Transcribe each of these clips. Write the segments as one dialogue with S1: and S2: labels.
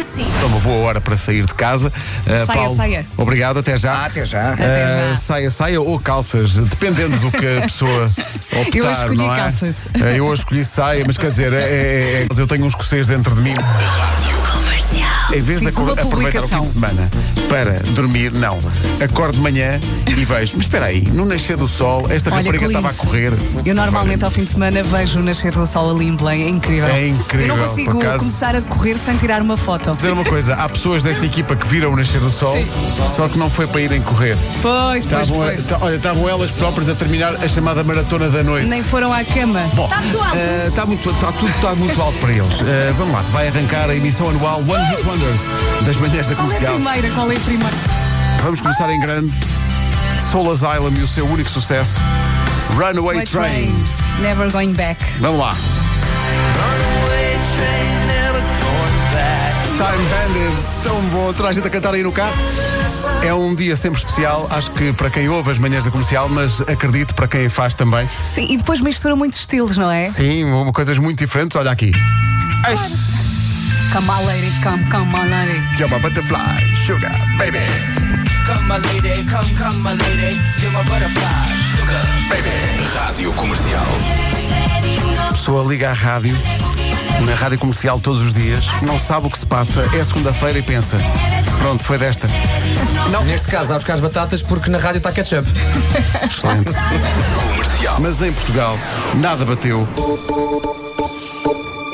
S1: assim.
S2: É boa hora para sair de casa. Uh,
S3: Saia,
S2: Paulo,
S3: saia.
S2: Obrigado, até já.
S4: Ah, até já.
S3: Até
S2: Uh,
S3: já.
S2: saia, saia ou calças, dependendo do que a pessoa optar,
S3: Eu escolhi
S2: não é?
S3: calças.
S2: Uh, Eu hoje escolhi saia, mas quer dizer, é- é- é- eu tenho um escocês dentro de mim. Em vez de
S3: Fiz uma
S2: acor- aproveitar o fim
S3: publicação.
S2: de semana para dormir, não. Acordo de manhã e vejo, mas espera aí, no nascer do sol, esta
S3: Olha,
S2: rapariga
S3: que lindo.
S2: estava a correr.
S3: Eu normalmente ao fim de semana vejo o nascer do sol ali em Belém, é incrível.
S2: É incrível,
S3: Eu não consigo
S2: por acaso.
S3: começar a correr sem tirar uma foto.
S2: Dizer uma coisa, há pessoas desta equipa que viram o nascer do sol, só que não foi para irem correr.
S3: Pois, pois,
S2: Estavam, a-
S3: pois.
S2: ta- olha, estavam elas próprias a terminar a chamada maratona da noite.
S3: Nem Tá foram à cama.
S2: Bom,
S5: Está muito alto.
S2: eh, está muito, está tudo está muito alto para eles. Eh, vamos lá, vai arrancar a emissão anual One Hit Wonders das manhãs da
S3: Qual é a
S2: comercial.
S3: primeira? Qual é a primeira?
S2: Vamos começar em grande. Soul Asylum e o seu único sucesso, Runaway Train.
S3: é Never going back.
S2: Vamos lá. Time Bandits, tão bom, toda a gente a cantar aí no carro. É um dia sempre especial, acho que para quem ouve as manhãs da comercial, mas acredito para quem faz também.
S3: Sim, e depois mistura muitos estilos, não é?
S2: Sim, uma, coisas muito diferentes, olha aqui.
S3: Come on, lady, come, come on, lady.
S2: Que é uma butterfly, sugar, baby,
S6: Come my lady, come, come my lady, you're my butterfly, sugar.
S2: baby.
S7: Rádio Comercial.
S2: Pessoa liga à rádio, na rádio comercial todos os dias, não sabe o que se passa, é segunda-feira e pensa. Pronto, foi desta.
S8: Neste caso, há buscar as batatas porque na rádio está ketchup.
S2: Excelente.
S7: Comercial.
S2: Mas em Portugal, nada bateu.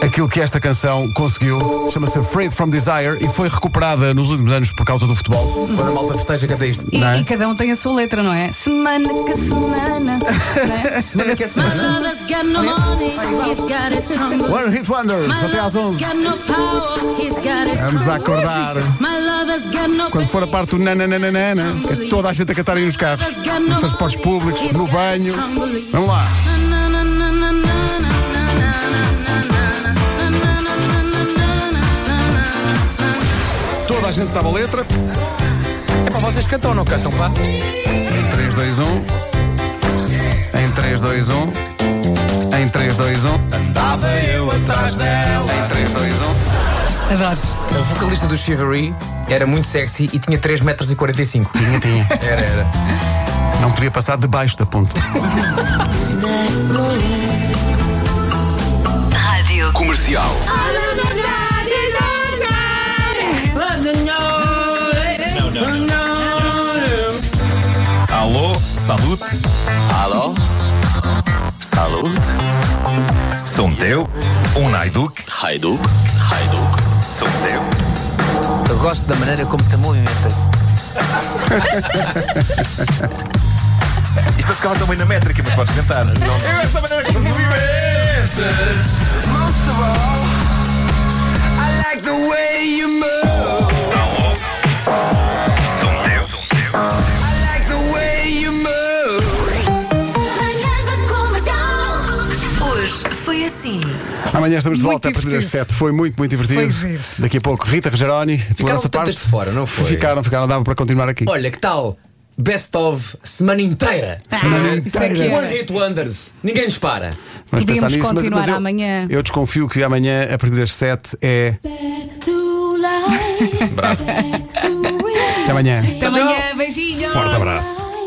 S2: Aquilo que esta canção conseguiu chama-se Freed from Desire e foi recuperada nos últimos anos por causa do futebol.
S8: Quando a malta festeja, canta isto.
S3: E,
S2: Não é?
S3: e cada um tem a sua letra, não é? Semana que semana. né?
S8: Semana que é semana.
S5: None of us got no money, he's got his trouble.
S2: One Hit Wonders,
S5: My
S2: até às
S5: lover's
S2: 11.
S5: got no power, he's got his
S2: Vamos a
S5: trouble.
S2: acordar.
S5: My lover's got no
S2: Quando for a parte do nananana, é toda a gente a cantar aí nos carros, nos transportes públicos, no banho. Vamos lá. Toda a gente sabe a letra.
S8: É para vocês cantam ou não cantam, pá?
S2: 3, 2, 1. Em 3, 2, 1. Em 3, 2, 1.
S6: Andava eu atrás dela.
S2: Em um. 3, 2, 1.
S3: Adoro.
S8: A vocalista do Chivalry era muito sexy e tinha 3,45 metros. Tinha, tinha. Era, era.
S2: Não podia passar debaixo da ponte.
S7: Comercial.
S6: Alô, salute.
S7: Alô? Salut.
S6: São teu, um Naiduk.
S7: Hajduk. Hajduk.
S6: São teu.
S8: Eu gosto da maneira como é, tá? te movimentas.
S6: Isto é ficava tão bem na métrica, mas podes tentar. Eu essa maneira que tu me movimentas. Most of all, I like the way you move. Alô, sou teu. I like the way you move.
S1: Hoje foi assim.
S2: Amanhã estamos de
S3: Muito
S2: volta a partir das
S3: divertido.
S2: 7. Foi muito, muito divertido.
S3: Foi giro.
S2: Daqui a pouco, Rita Rogeroni, pela
S8: Ficaram
S2: nossa
S8: tantas
S2: parte.
S8: de fora, não foi?
S2: Ficaram, ficaram, dava para continuar aqui.
S8: Olha, que tal? Best of semana inteira.
S3: Ah, isso é que
S2: inteira.
S8: One
S3: é.
S8: Hit Wonders. Ninguém nos para.
S2: Vamos
S3: podíamos
S2: pensar nisso, mas-
S3: continuar
S2: mas eu,
S3: amanhã.
S2: Eu desconfio que amanhã, a partir das 7, é. Até amanhã.
S3: Até amanhã, beijinhos.
S6: Forte abraço.